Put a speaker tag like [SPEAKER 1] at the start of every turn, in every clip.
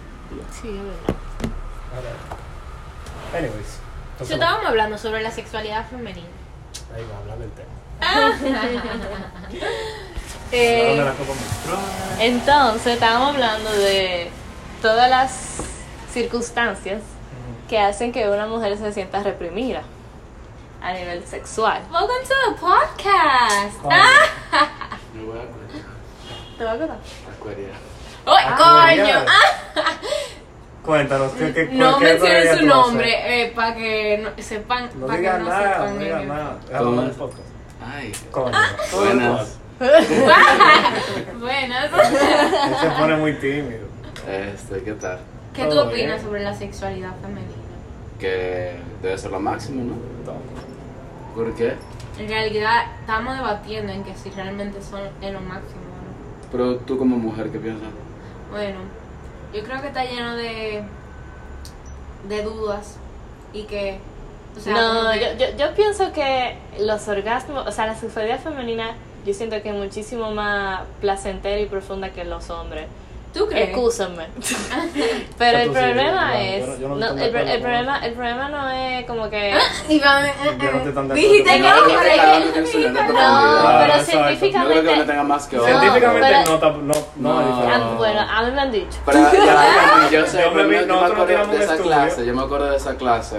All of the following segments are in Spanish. [SPEAKER 1] película.
[SPEAKER 2] Sí, es verdad.
[SPEAKER 1] Ahora, Anyways.
[SPEAKER 2] So, estábamos hablando sobre la sexualidad femenina.
[SPEAKER 1] Ahí va, hablar del tema.
[SPEAKER 3] Eh,
[SPEAKER 1] Hablar de la copa menstrual.
[SPEAKER 3] entonces, estábamos hablando de todas las circunstancias que hacen que una mujer se sienta reprimida a nivel sexual.
[SPEAKER 2] Welcome to the podcast. Ah.
[SPEAKER 1] Con-
[SPEAKER 4] Me voy a acuerdo.
[SPEAKER 3] ¿Te va a contar?
[SPEAKER 4] Acuaria.
[SPEAKER 2] ¡Ay,
[SPEAKER 1] Ah,
[SPEAKER 2] coño! Ah.
[SPEAKER 1] Acuariana. Cuéntanos, ¿qué, qué,
[SPEAKER 2] No
[SPEAKER 1] qué
[SPEAKER 2] mencionen
[SPEAKER 1] acuariana
[SPEAKER 2] su
[SPEAKER 1] tú haces?
[SPEAKER 2] nombre eh, para que no, sepan.
[SPEAKER 1] No
[SPEAKER 2] para que
[SPEAKER 1] digas
[SPEAKER 2] no
[SPEAKER 1] nada,
[SPEAKER 2] sepan
[SPEAKER 1] no digas
[SPEAKER 2] ellos.
[SPEAKER 1] nada.
[SPEAKER 4] ¿Cómo?
[SPEAKER 1] Habla un poco.
[SPEAKER 4] Ay.
[SPEAKER 1] Coño.
[SPEAKER 2] Ah.
[SPEAKER 4] Buenas.
[SPEAKER 2] Buenas.
[SPEAKER 1] Él se pone muy tímido.
[SPEAKER 4] Este, ¿qué tal?
[SPEAKER 2] ¿Qué tú
[SPEAKER 1] Todo
[SPEAKER 2] opinas
[SPEAKER 1] bien.
[SPEAKER 2] sobre la sexualidad femenina?
[SPEAKER 4] Que debe ser lo máximo, ¿no?
[SPEAKER 1] Todo.
[SPEAKER 4] ¿Por qué?
[SPEAKER 2] En realidad, estamos debatiendo en que si realmente son en lo máximo. ¿no?
[SPEAKER 4] Pero tú como mujer, ¿qué piensas?
[SPEAKER 2] Bueno, yo creo que está lleno de, de dudas y que. O sea, como
[SPEAKER 3] No,
[SPEAKER 2] que-
[SPEAKER 3] yo, yo, yo pienso que los orgasmos, o sea, la sexualidad femenina, yo siento que es muchísimo más placentera y profunda que los hombres.
[SPEAKER 2] ¿Tú crees?
[SPEAKER 3] Excúsenme. Pero el
[SPEAKER 1] Tú sí,
[SPEAKER 3] problema
[SPEAKER 1] no,
[SPEAKER 3] es.
[SPEAKER 1] yo no- yo no
[SPEAKER 3] no,
[SPEAKER 1] estoy de
[SPEAKER 3] el, pro- el
[SPEAKER 1] acuerdo con
[SPEAKER 3] problema, el problema no es como que.
[SPEAKER 2] Y va-
[SPEAKER 1] Yo no estoy tan de
[SPEAKER 2] Dijiste
[SPEAKER 1] acuerdo
[SPEAKER 2] que
[SPEAKER 1] con
[SPEAKER 2] no,
[SPEAKER 1] eso.
[SPEAKER 2] crees.
[SPEAKER 3] No,
[SPEAKER 1] Ah,
[SPEAKER 3] pero
[SPEAKER 1] exacto.
[SPEAKER 4] Yo creo que no
[SPEAKER 3] científicamente.
[SPEAKER 4] tenga más que
[SPEAKER 3] No,
[SPEAKER 4] otro.
[SPEAKER 1] Científicamente
[SPEAKER 3] pero-
[SPEAKER 1] no, está- no, no, hay
[SPEAKER 4] No.
[SPEAKER 1] diferencia.
[SPEAKER 3] Ah, bueno, a mí me han dicho.
[SPEAKER 4] Pero ya, ya, yo sé,
[SPEAKER 1] Yo
[SPEAKER 4] por
[SPEAKER 1] me
[SPEAKER 4] lo
[SPEAKER 1] vi-
[SPEAKER 4] menos yo me
[SPEAKER 1] nosotros
[SPEAKER 4] acuerdo
[SPEAKER 1] tiramos
[SPEAKER 4] de
[SPEAKER 1] un
[SPEAKER 4] esa
[SPEAKER 1] estudio.
[SPEAKER 4] clase, yo me acuerdo de esa clase.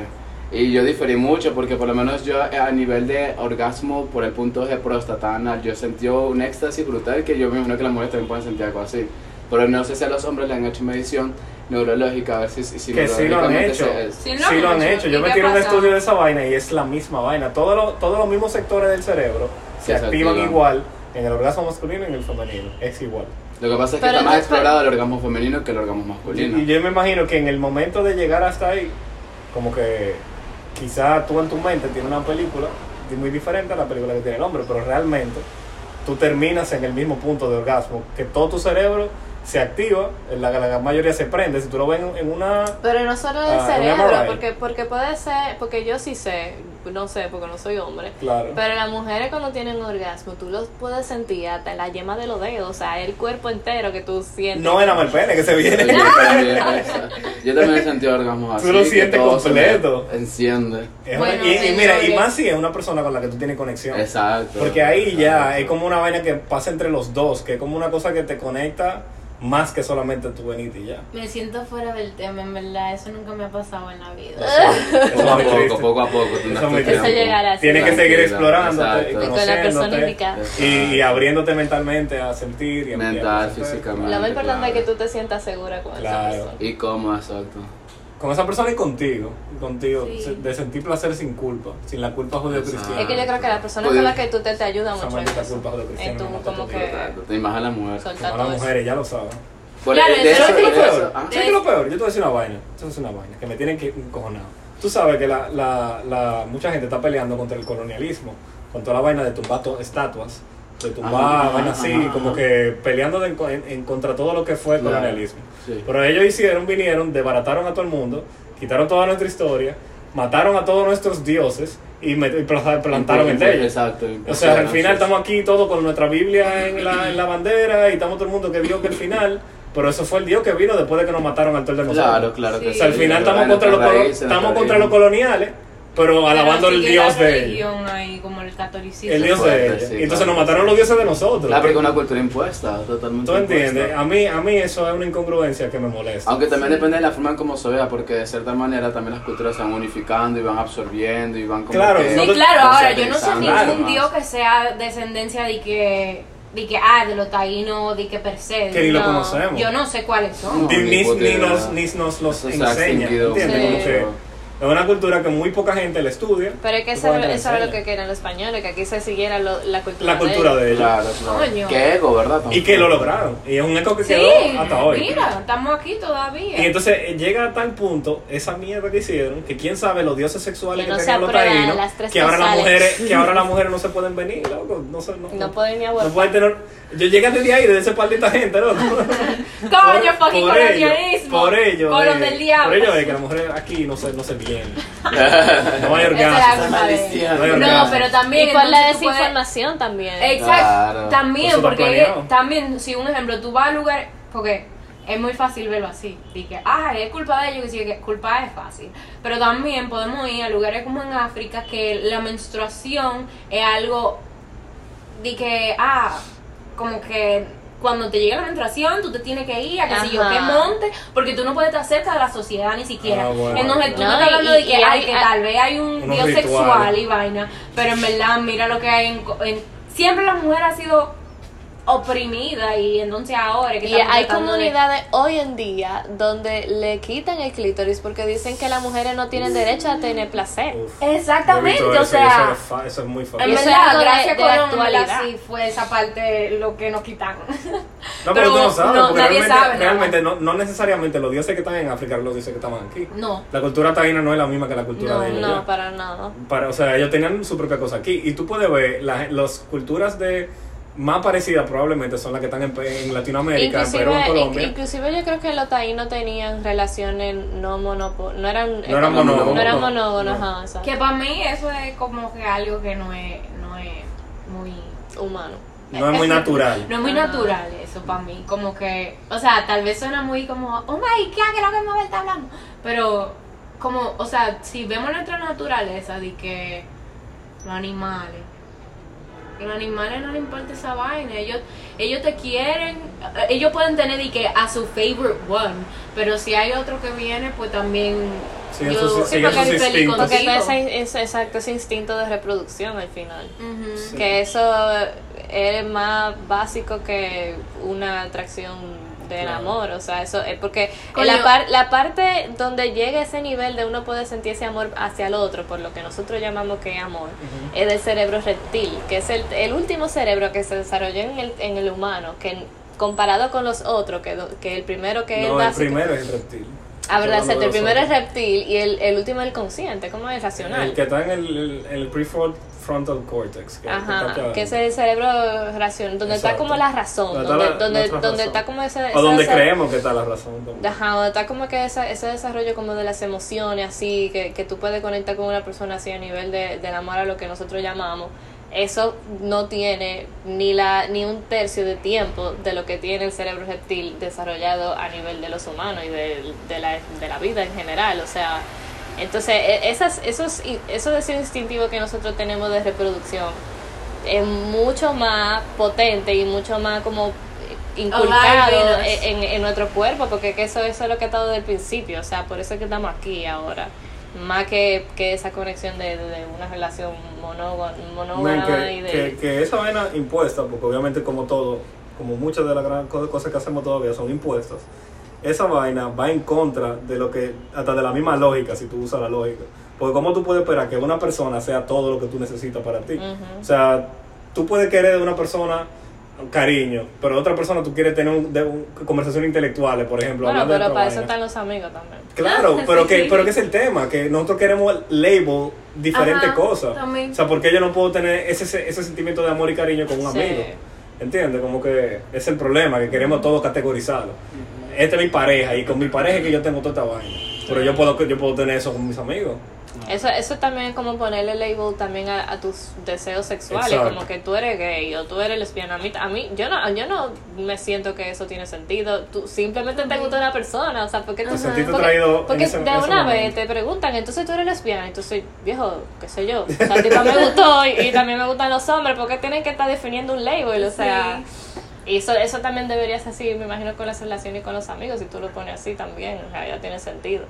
[SPEAKER 4] Y yo diferí mucho porque por lo menos yo eh, a nivel de orgasmo por el punto de próstata anal, yo sentí un éxtasis brutal que yo me imagino que las mujeres también pueden sentir algo así. Pero no sé si a los hombres le han hecho medición neurológica, a ver si, si
[SPEAKER 1] Que sí lo han
[SPEAKER 4] neurológicamente
[SPEAKER 1] hecho.
[SPEAKER 4] se- es-
[SPEAKER 2] Sí
[SPEAKER 1] Sí lo han hecho.
[SPEAKER 2] ¿Y
[SPEAKER 1] Yo me
[SPEAKER 2] qué
[SPEAKER 1] tiro un
[SPEAKER 2] pasa?
[SPEAKER 1] estudio de esa vaina y es la misma vaina. Todos los, todos los mismos sectores del cerebro se
[SPEAKER 4] Sí, se
[SPEAKER 1] activan
[SPEAKER 4] activan.
[SPEAKER 1] igual en el orgasmo masculino y en el femenino. Es igual.
[SPEAKER 4] Lo que pasa es que
[SPEAKER 3] Pero
[SPEAKER 4] está más
[SPEAKER 3] entonces-
[SPEAKER 4] explorado el orgasmo femenino que el orgasmo
[SPEAKER 1] Y,
[SPEAKER 4] masculino.
[SPEAKER 1] y yo me imagino que en el momento de llegar hasta ahí, como que quizá tú en tu mente tienes una película di- muy diferente a la película que tiene el hombre, pero realmente tú terminas en el mismo punto de orgasmo, que todo tu cerebro se activa, la, la gran mayoría se prende, si tú lo ves en, en una...
[SPEAKER 3] Pero no solo el
[SPEAKER 1] Ah, un
[SPEAKER 3] cerebro,
[SPEAKER 1] MRI.
[SPEAKER 3] porque, porque puede ser. Porque yo sí sé, no sé, porque no soy hombre.
[SPEAKER 1] Claro.
[SPEAKER 3] Pero las mujeres cuando tienen orgasmo, tú los puedes sentir hasta en la yema de los dedos, o sea, el cuerpo entero que tú sientes.
[SPEAKER 1] No era mal pene que se
[SPEAKER 4] Yo
[SPEAKER 1] viene.
[SPEAKER 4] también, yo también he sentido orgasmos así.
[SPEAKER 1] Tú lo
[SPEAKER 4] que
[SPEAKER 1] sientes
[SPEAKER 4] todo se me
[SPEAKER 1] completo.
[SPEAKER 4] Enciende.
[SPEAKER 1] Es
[SPEAKER 2] Bueno,
[SPEAKER 1] una- y, y mira, y
[SPEAKER 2] señores.
[SPEAKER 1] más si es una persona con la que tú tienes conexión.
[SPEAKER 4] Exacto.
[SPEAKER 1] Porque ahí ya es
[SPEAKER 4] Exacto.
[SPEAKER 1] como una vaina que pasa entre los dos, que es como una cosa que te conecta más que solamente tu venita y ya.
[SPEAKER 2] Me siento fuera del tema, en verdad. Eso nunca me ha pasado en la vida.
[SPEAKER 1] Eso
[SPEAKER 4] Poco
[SPEAKER 1] es
[SPEAKER 4] a
[SPEAKER 1] muy
[SPEAKER 4] poco,
[SPEAKER 1] triste.
[SPEAKER 4] poco a poco. tendrás
[SPEAKER 1] Eso es muy
[SPEAKER 4] tu
[SPEAKER 1] triste.
[SPEAKER 4] tiempo.
[SPEAKER 3] Eso llegará, sí.
[SPEAKER 1] Tienes que seguir
[SPEAKER 4] Tranquila,
[SPEAKER 1] explorándote y
[SPEAKER 4] exacto.
[SPEAKER 3] Y con la persona
[SPEAKER 1] conociéndote
[SPEAKER 3] indicada.
[SPEAKER 1] y, y abriéndote mentalmente a sentir y a
[SPEAKER 4] Mental,
[SPEAKER 1] a conocer.
[SPEAKER 4] físicamente.
[SPEAKER 3] Lo más importante
[SPEAKER 4] claro.
[SPEAKER 3] es que tú te sientas segura con
[SPEAKER 1] Claro.
[SPEAKER 3] esa persona.
[SPEAKER 4] Y cómo, exacto.
[SPEAKER 1] Con esa persona y contigo, y contigo,
[SPEAKER 2] Sí.
[SPEAKER 1] se- de sentir placer sin culpa, sin la culpa judeocristiana.
[SPEAKER 3] Es que yo creo que la persona
[SPEAKER 4] Oye.
[SPEAKER 3] con la que tú te, te ayuda
[SPEAKER 1] Esa
[SPEAKER 3] mucho en
[SPEAKER 1] maldita
[SPEAKER 3] eso.
[SPEAKER 1] culpa judeocristiana
[SPEAKER 3] En tu,
[SPEAKER 1] me mata
[SPEAKER 3] como
[SPEAKER 1] todo.
[SPEAKER 3] que,
[SPEAKER 4] Exacto. Te imaginas la mujer.
[SPEAKER 3] soltar
[SPEAKER 1] Como
[SPEAKER 3] todo
[SPEAKER 1] las
[SPEAKER 3] eso.
[SPEAKER 1] mujeres, ya lo saben.
[SPEAKER 4] Por
[SPEAKER 2] Claro,
[SPEAKER 4] de
[SPEAKER 2] eso
[SPEAKER 4] eso,
[SPEAKER 1] ¿Sabes qué
[SPEAKER 4] de
[SPEAKER 1] es lo
[SPEAKER 4] eso,
[SPEAKER 1] peor?
[SPEAKER 4] ah,
[SPEAKER 1] ¿Sabes qué es lo peor? Yo te voy a decir una vaina. Esto es una vaina que me tienen que encojonar. Tú sabes que la, la, la, mucha gente está peleando contra el colonialismo, con toda la vaina de tumbar to- estatuas, de tumbar
[SPEAKER 4] Ajá,
[SPEAKER 1] vainas así,
[SPEAKER 4] ajá,
[SPEAKER 1] como
[SPEAKER 4] ajá.
[SPEAKER 1] que peleando de- en, en contra todo lo que fue el
[SPEAKER 4] Claro.
[SPEAKER 1] colonialismo.
[SPEAKER 4] sí.
[SPEAKER 1] Pero ellos hicieron, vinieron, desbarataron a todo el mundo, quitaron toda nuestra historia, mataron a todos nuestros dioses y, met- y pla- plantaron entre ellos.
[SPEAKER 4] Exacto.
[SPEAKER 1] O sea, al final
[SPEAKER 4] Sí.
[SPEAKER 1] estamos aquí todos con nuestra Biblia en la, en la bandera y estamos todo el mundo que vio que el final, pero eso fue el Dios que vino después de que nos mataron al toro de nosotros.
[SPEAKER 4] Claro, claro que
[SPEAKER 2] Sí.
[SPEAKER 4] sí.
[SPEAKER 1] O sea, al final estamos
[SPEAKER 4] Bueno,
[SPEAKER 1] contra los,
[SPEAKER 4] nuestra
[SPEAKER 1] colo-
[SPEAKER 4] raíz, nuestra
[SPEAKER 1] estamos contra
[SPEAKER 4] raíz.
[SPEAKER 1] los coloniales, pero alabando
[SPEAKER 2] Pero
[SPEAKER 1] el
[SPEAKER 2] sí que
[SPEAKER 1] Dios
[SPEAKER 2] la
[SPEAKER 1] de ellos.
[SPEAKER 2] religión ahí, como el catolicismo.
[SPEAKER 1] El
[SPEAKER 4] Sí,
[SPEAKER 1] Dios de
[SPEAKER 4] fuerte,
[SPEAKER 1] ellos.
[SPEAKER 4] sí,
[SPEAKER 1] Y entonces
[SPEAKER 4] claro.
[SPEAKER 1] nos mataron los dioses de nosotros.
[SPEAKER 4] Claro, porque es una cultura impuesta, totalmente
[SPEAKER 1] ¿Tú entiendes?
[SPEAKER 4] impuesta.
[SPEAKER 1] A mí, a mí eso es una incongruencia que me molesta.
[SPEAKER 4] Aunque también depende de la forma en cómo se vea, porque de cierta manera también las culturas se van unificando y van absorbiendo y van como
[SPEAKER 1] Claro,
[SPEAKER 4] que
[SPEAKER 1] Eh, no
[SPEAKER 2] Sí,
[SPEAKER 1] te-
[SPEAKER 2] claro, ahora yo no soy
[SPEAKER 4] conceptualizando
[SPEAKER 2] ningún
[SPEAKER 4] más.
[SPEAKER 2] dios que sea descendencia de que, de que ah, de los taínos, de que per se.
[SPEAKER 1] Que ni lo
[SPEAKER 3] No,
[SPEAKER 1] conocemos.
[SPEAKER 2] Yo no sé cuáles son.
[SPEAKER 4] No,
[SPEAKER 1] Ni- ni,
[SPEAKER 4] ni puta
[SPEAKER 1] ni
[SPEAKER 4] idea.
[SPEAKER 1] nos, ni nos los
[SPEAKER 4] Eso se ha
[SPEAKER 1] enseña.
[SPEAKER 4] extinguido
[SPEAKER 1] ¿Entiendes?
[SPEAKER 3] Sí.
[SPEAKER 1] Como que es una cultura que muy poca gente la estudia.
[SPEAKER 3] Pero es que
[SPEAKER 1] Tú
[SPEAKER 3] eso,
[SPEAKER 1] cuando te
[SPEAKER 3] eso era lo
[SPEAKER 1] enseñas.
[SPEAKER 3] que querían los españoles, que aquí se siguiera lo- la cultura.
[SPEAKER 1] La cultura de ellos.
[SPEAKER 4] Claro,
[SPEAKER 2] Coño.
[SPEAKER 4] claro. Qué ego, ¿verdad?
[SPEAKER 1] Y que lo lograron. Y es un eco que
[SPEAKER 2] Sí,
[SPEAKER 1] quedó hasta hoy.
[SPEAKER 2] mira, estamos aquí todavía.
[SPEAKER 1] Y entonces eh, llega a tal punto esa mierda que hicieron que quién sabe los dioses sexuales
[SPEAKER 3] Que
[SPEAKER 1] que,
[SPEAKER 3] no se
[SPEAKER 1] tenían los
[SPEAKER 3] aprueban
[SPEAKER 1] taínos
[SPEAKER 3] las tres
[SPEAKER 1] que ahora las
[SPEAKER 3] causales.
[SPEAKER 1] mujeres que ahora las mujeres no se pueden venir loco no sé no,
[SPEAKER 3] No pueden ni aguantar.
[SPEAKER 1] no pueden tener yo llegué desde ahí de ese par de esta gente loco
[SPEAKER 2] Coño, fucking
[SPEAKER 1] ello,
[SPEAKER 2] colonialismo.
[SPEAKER 1] por ello
[SPEAKER 2] Colos
[SPEAKER 1] eh,
[SPEAKER 2] del diablo.
[SPEAKER 1] por ello es que las mujeres aquí no se no se vienen no hay
[SPEAKER 2] Esa es la
[SPEAKER 1] orgasmo
[SPEAKER 2] culpa de ellos.
[SPEAKER 4] Maldición.
[SPEAKER 1] No,
[SPEAKER 2] No,
[SPEAKER 1] Orgasmo.
[SPEAKER 2] pero también.
[SPEAKER 3] Y por la
[SPEAKER 2] entonces tú puedes-
[SPEAKER 3] desinformación también.
[SPEAKER 2] Exacto.
[SPEAKER 4] Claro.
[SPEAKER 2] También,
[SPEAKER 1] Eso está
[SPEAKER 2] porque
[SPEAKER 1] planeado.
[SPEAKER 2] también, si un ejemplo, tú vas a lugar, porque es muy fácil verlo así. Y que, ah, es culpa de ellos, que sí, que culpa es fácil. Pero también podemos ir a lugares como en África que la menstruación es algo de que, ah, como que cuando te llega la menstruación tú te tienes que ir a que si yo
[SPEAKER 3] Ajá.
[SPEAKER 2] que monte, porque tú no puedes estar cerca de la sociedad ni siquiera.
[SPEAKER 1] Ah, bueno.
[SPEAKER 2] Entonces tú
[SPEAKER 3] No,
[SPEAKER 2] no, estás
[SPEAKER 3] y-
[SPEAKER 2] hablando de
[SPEAKER 3] y
[SPEAKER 2] que,
[SPEAKER 3] hay-
[SPEAKER 2] ay, que
[SPEAKER 3] hay-
[SPEAKER 2] tal vez hay un
[SPEAKER 1] Unos
[SPEAKER 2] dios
[SPEAKER 1] rituales.
[SPEAKER 2] sexual y vaina, pero en verdad mira lo que hay en... co- en- siempre la mujer ha sido oprimida y entonces ahora que
[SPEAKER 3] Y
[SPEAKER 2] estamos
[SPEAKER 3] hay
[SPEAKER 2] tratando de-
[SPEAKER 3] comunidades hoy en día donde le quitan el clítoris porque dicen que las mujeres no tienen derecho a tener placer.
[SPEAKER 1] Uf,
[SPEAKER 2] Exactamente,
[SPEAKER 1] yo he visto
[SPEAKER 2] o
[SPEAKER 1] eso, y
[SPEAKER 2] sea,
[SPEAKER 1] Eso, era fa- eso es muy
[SPEAKER 2] En
[SPEAKER 1] fácil.
[SPEAKER 3] Eso es
[SPEAKER 2] verdad,
[SPEAKER 3] algo de-
[SPEAKER 2] gracias
[SPEAKER 3] de
[SPEAKER 2] Colón, en verdad,
[SPEAKER 3] actualidad.
[SPEAKER 2] sí fue esa parte lo que nos quitaron.
[SPEAKER 1] No, pero, tú no sabes,
[SPEAKER 2] no,
[SPEAKER 1] porque
[SPEAKER 2] nadie
[SPEAKER 1] realmente,
[SPEAKER 2] sabe, ¿no?
[SPEAKER 1] realmente no, no necesariamente los dioses que están en África eran los dioses que estaban aquí.
[SPEAKER 2] No.
[SPEAKER 1] La cultura taína no es la misma que la cultura
[SPEAKER 2] No,
[SPEAKER 1] de ellos.
[SPEAKER 3] No,
[SPEAKER 1] ya.
[SPEAKER 3] para nada.
[SPEAKER 1] Para- o sea, ellos tenían su propia cosa aquí. Y tú puedes ver, la- las culturas de más parecidas probablemente son las que están en, en Latinoamérica, en Perú, en
[SPEAKER 3] Inclusive,
[SPEAKER 1] Colombia.
[SPEAKER 3] in- inclusive yo creo que los taínos tenían relaciones no monopo, no eran,
[SPEAKER 1] No eran monógonos,
[SPEAKER 3] no eran
[SPEAKER 1] no.
[SPEAKER 3] monógonos,
[SPEAKER 1] No.
[SPEAKER 3] ajá, exacto.
[SPEAKER 2] Que para mí eso es como que algo que no es, no es muy...
[SPEAKER 3] humano.
[SPEAKER 1] no es muy natural.
[SPEAKER 2] No es muy
[SPEAKER 3] Ajá.
[SPEAKER 2] natural eso para mí. Como que, o sea, tal vez suena muy como, oh my god, que lo que Mabel está hablando. Pero, como, o sea, si vemos nuestra naturaleza de que los animales, los animales no les importa esa vaina. Ellos, ellos te quieren, eh, ellos pueden tener de que a su favorite one. Pero si hay otro que viene, pues también.
[SPEAKER 1] Sí, eso sí- sí, eso
[SPEAKER 2] porque
[SPEAKER 1] sí
[SPEAKER 2] estoy feliz
[SPEAKER 1] instinto.
[SPEAKER 3] Porque está
[SPEAKER 2] contigo.
[SPEAKER 3] ese, ese- exacto ese instinto de reproducción al final.
[SPEAKER 2] Ujú.
[SPEAKER 1] Sí.
[SPEAKER 3] Que eso es más básico que una atracción del
[SPEAKER 1] Claro.
[SPEAKER 3] amor, o sea, eso es porque
[SPEAKER 2] Coño.
[SPEAKER 3] la, par- la parte donde llega ese nivel de uno poder sentir ese amor hacia el otro, por lo que nosotros llamamos que es amor,
[SPEAKER 1] Ujú.
[SPEAKER 3] es del cerebro reptil, que es el, el último cerebro que se desarrolló en el, en el humano, que en- comparado con los otros, que, do- que el primero que es
[SPEAKER 1] No, el
[SPEAKER 3] básico,
[SPEAKER 1] primero es el reptil.
[SPEAKER 3] Ah, verdad,
[SPEAKER 1] Hablando
[SPEAKER 3] cierto.
[SPEAKER 1] de
[SPEAKER 3] El
[SPEAKER 1] los
[SPEAKER 3] primero es
[SPEAKER 1] otros.
[SPEAKER 3] reptil y el, el último es el consciente, como el racional.
[SPEAKER 1] El que está en el, el, el prefrontal cortex. Que está aquí
[SPEAKER 3] Ajá,
[SPEAKER 1] abajo.
[SPEAKER 3] que es el cerebro racional, donde está
[SPEAKER 1] Exacto.
[SPEAKER 3] como la razón,
[SPEAKER 1] Donde
[SPEAKER 3] donde,
[SPEAKER 1] está
[SPEAKER 3] donde,
[SPEAKER 1] la-
[SPEAKER 3] donde,
[SPEAKER 1] nuestra razón.
[SPEAKER 3] está como ese...
[SPEAKER 1] O
[SPEAKER 3] ese-
[SPEAKER 1] donde
[SPEAKER 3] ese-
[SPEAKER 1] creemos que está la razón. también.
[SPEAKER 3] Ajá, donde está como que ese, ese desarrollo como de las emociones, así, que, que tú puedes conectar con una persona así a nivel de, del amor a lo que nosotros llamamos. Eso no tiene ni la ni un tercio de tiempo de lo que tiene el cerebro reptil desarrollado a nivel de los humanos y de, de, la, de la vida en general. O sea, entonces e- esas, esos, i- esos deseos instintivos que nosotros tenemos de reproducción es mucho más potente y mucho más como inculcado e,
[SPEAKER 2] Alive in us.
[SPEAKER 3] en, en nuestro cuerpo, porque es que eso, eso es lo que ha estado desde el principio, o sea, por eso es que estamos aquí ahora, más que, que esa conexión de, de una relación monógona,
[SPEAKER 1] Men,
[SPEAKER 3] monógona y
[SPEAKER 1] que,
[SPEAKER 3] de...
[SPEAKER 1] que, que esa vaina impuesta, porque obviamente como todo, como muchas de las gran co- cosas que hacemos todavía son impuestas, esa vaina va en contra de lo que, hasta de la misma lógica, si tú usas la lógica. Porque cómo tú puedes esperar que una persona sea todo lo que tú necesitas para ti.
[SPEAKER 3] Ujú.
[SPEAKER 1] O sea, tú puedes querer de una persona cariño, pero de otra persona tú quieres tener un- de un- conversaciones intelectuales, por ejemplo.
[SPEAKER 3] Bueno,
[SPEAKER 1] hablando de
[SPEAKER 3] pero
[SPEAKER 1] otra
[SPEAKER 3] para eso
[SPEAKER 1] vaina.
[SPEAKER 3] están los amigos también.
[SPEAKER 1] Claro,
[SPEAKER 2] Sí,
[SPEAKER 1] pero que,
[SPEAKER 2] sí.
[SPEAKER 1] pero que es el tema, que nosotros queremos label diferentes
[SPEAKER 2] Ajá,
[SPEAKER 1] cosas.
[SPEAKER 2] también.
[SPEAKER 1] O sea, porque yo no puedo tener ese, ese sentimiento de amor y cariño con un
[SPEAKER 3] Sí.
[SPEAKER 1] amigo. ¿Entiendes? Como que es el problema, que queremos todo categorizarlo. Esta es mi pareja y con mi pareja es que yo tengo toda esta vaina. Pero yo puedo, yo puedo tener eso con mis amigos.
[SPEAKER 3] Eso, eso también es como ponerle label también a, a tus deseos sexuales,
[SPEAKER 1] Exacto.
[SPEAKER 3] como que tú eres gay o tú eres lesbiana. A mí, a mí yo, no, yo no me siento que eso tiene sentido. Tú simplemente te gusta una persona, o sea, porque tú
[SPEAKER 1] Te sentiste
[SPEAKER 3] porque-
[SPEAKER 1] atraído en
[SPEAKER 3] Porque
[SPEAKER 1] ese-
[SPEAKER 3] de
[SPEAKER 1] en ese
[SPEAKER 3] una vez
[SPEAKER 1] momento.
[SPEAKER 3] te preguntan, entonces tú eres lesbiana, entonces, viejo, qué sé yo. O sea, tipo, me gustó y, y también me gustan los hombres, porque tienen que estar definiendo un label, o sea. Y eso, eso también deberías así, me imagino, con las relaciones y con los amigos, si tú lo pones así también, en realidad tiene sentido.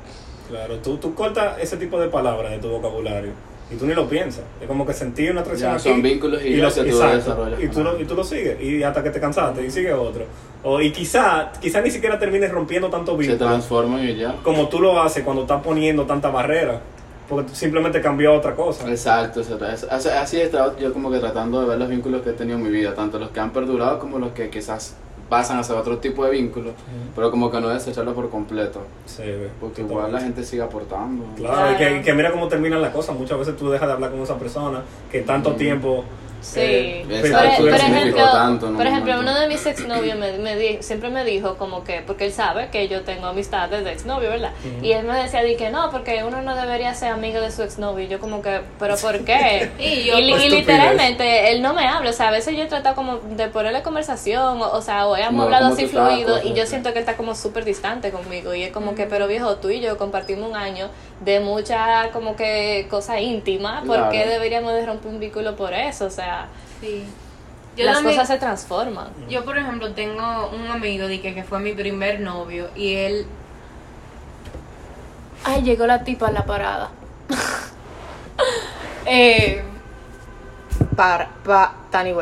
[SPEAKER 1] Claro, tú, tú cortas ese tipo de palabras de tu vocabulario y tú ni lo piensas. Es como que sentí una atracción
[SPEAKER 4] Ya,
[SPEAKER 1] aquí.
[SPEAKER 4] son vínculos y ya
[SPEAKER 1] los-
[SPEAKER 4] se tú lo
[SPEAKER 1] exacto,
[SPEAKER 4] desarrollas.
[SPEAKER 1] y tú lo Y tú lo sigues. Y hasta que te cansaste y sigue otro. O, y quizá, quizá ni siquiera termines rompiendo tanto
[SPEAKER 4] Se
[SPEAKER 1] vínculo
[SPEAKER 4] transforman y ya.
[SPEAKER 1] como tú lo haces cuando estás poniendo tanta barrera. Porque tú simplemente cambió a otra cosa.
[SPEAKER 4] Exacto, exacto. Es- así- Así he estado yo como que tratando de ver los vínculos que he tenido en mi vida, tanto los que han perdurado como los que quizás pasan a ser otro tipo de vínculos, pero como que no desecharlo por completo,
[SPEAKER 1] Sí, ve,
[SPEAKER 4] porque
[SPEAKER 1] totalmente.
[SPEAKER 4] igual la gente sigue aportando.
[SPEAKER 1] Claro, y
[SPEAKER 3] Claro.
[SPEAKER 1] que, y que mira cómo terminan las cosas. Muchas veces tú dejas de hablar con esa persona que tanto
[SPEAKER 4] Mm.
[SPEAKER 1] tiempo
[SPEAKER 3] Sí.
[SPEAKER 1] Eh,
[SPEAKER 3] Por,
[SPEAKER 4] Exacto,
[SPEAKER 1] tú
[SPEAKER 3] por
[SPEAKER 1] eres
[SPEAKER 4] significó
[SPEAKER 3] ejemplo,
[SPEAKER 4] tanto en un
[SPEAKER 3] por ejemplo,
[SPEAKER 4] momento.
[SPEAKER 3] uno de mis exnovios me, me di- siempre me dijo como que, porque él sabe que yo tengo amistades de exnovio, ¿verdad?
[SPEAKER 1] Ujú.
[SPEAKER 3] Y él me decía de que no, porque uno no debería ser amigo de su exnovio. Y yo como que, pero ¿por qué?
[SPEAKER 2] Y yo, pues,
[SPEAKER 3] y, li- y
[SPEAKER 1] Estupidez.
[SPEAKER 3] literalmente él no me habla. O sea, a veces yo he tratado como de ponerle conversación, o, o sea, o hemos
[SPEAKER 4] No,
[SPEAKER 3] hablado
[SPEAKER 4] como
[SPEAKER 3] así
[SPEAKER 4] tú Pues, estabas,
[SPEAKER 3] fluido
[SPEAKER 4] como
[SPEAKER 3] y
[SPEAKER 4] tú
[SPEAKER 3] yo
[SPEAKER 4] estabas.
[SPEAKER 3] siento que él está como súper distante conmigo. Y es como que, pero viejo, tú y yo compartimos un año de mucha como que cosa íntima. ¿Por
[SPEAKER 4] Claro.
[SPEAKER 3] qué deberíamos de romper un vínculo por eso? O sea...
[SPEAKER 2] pues, Sí. Yo
[SPEAKER 3] las
[SPEAKER 2] también-
[SPEAKER 3] cosas se transforman.
[SPEAKER 2] Yo, por ejemplo, tengo un amigo de que, que fue mi primer novio y él. Ay, llegó la tipa a la parada. eh. Para, pa, Tani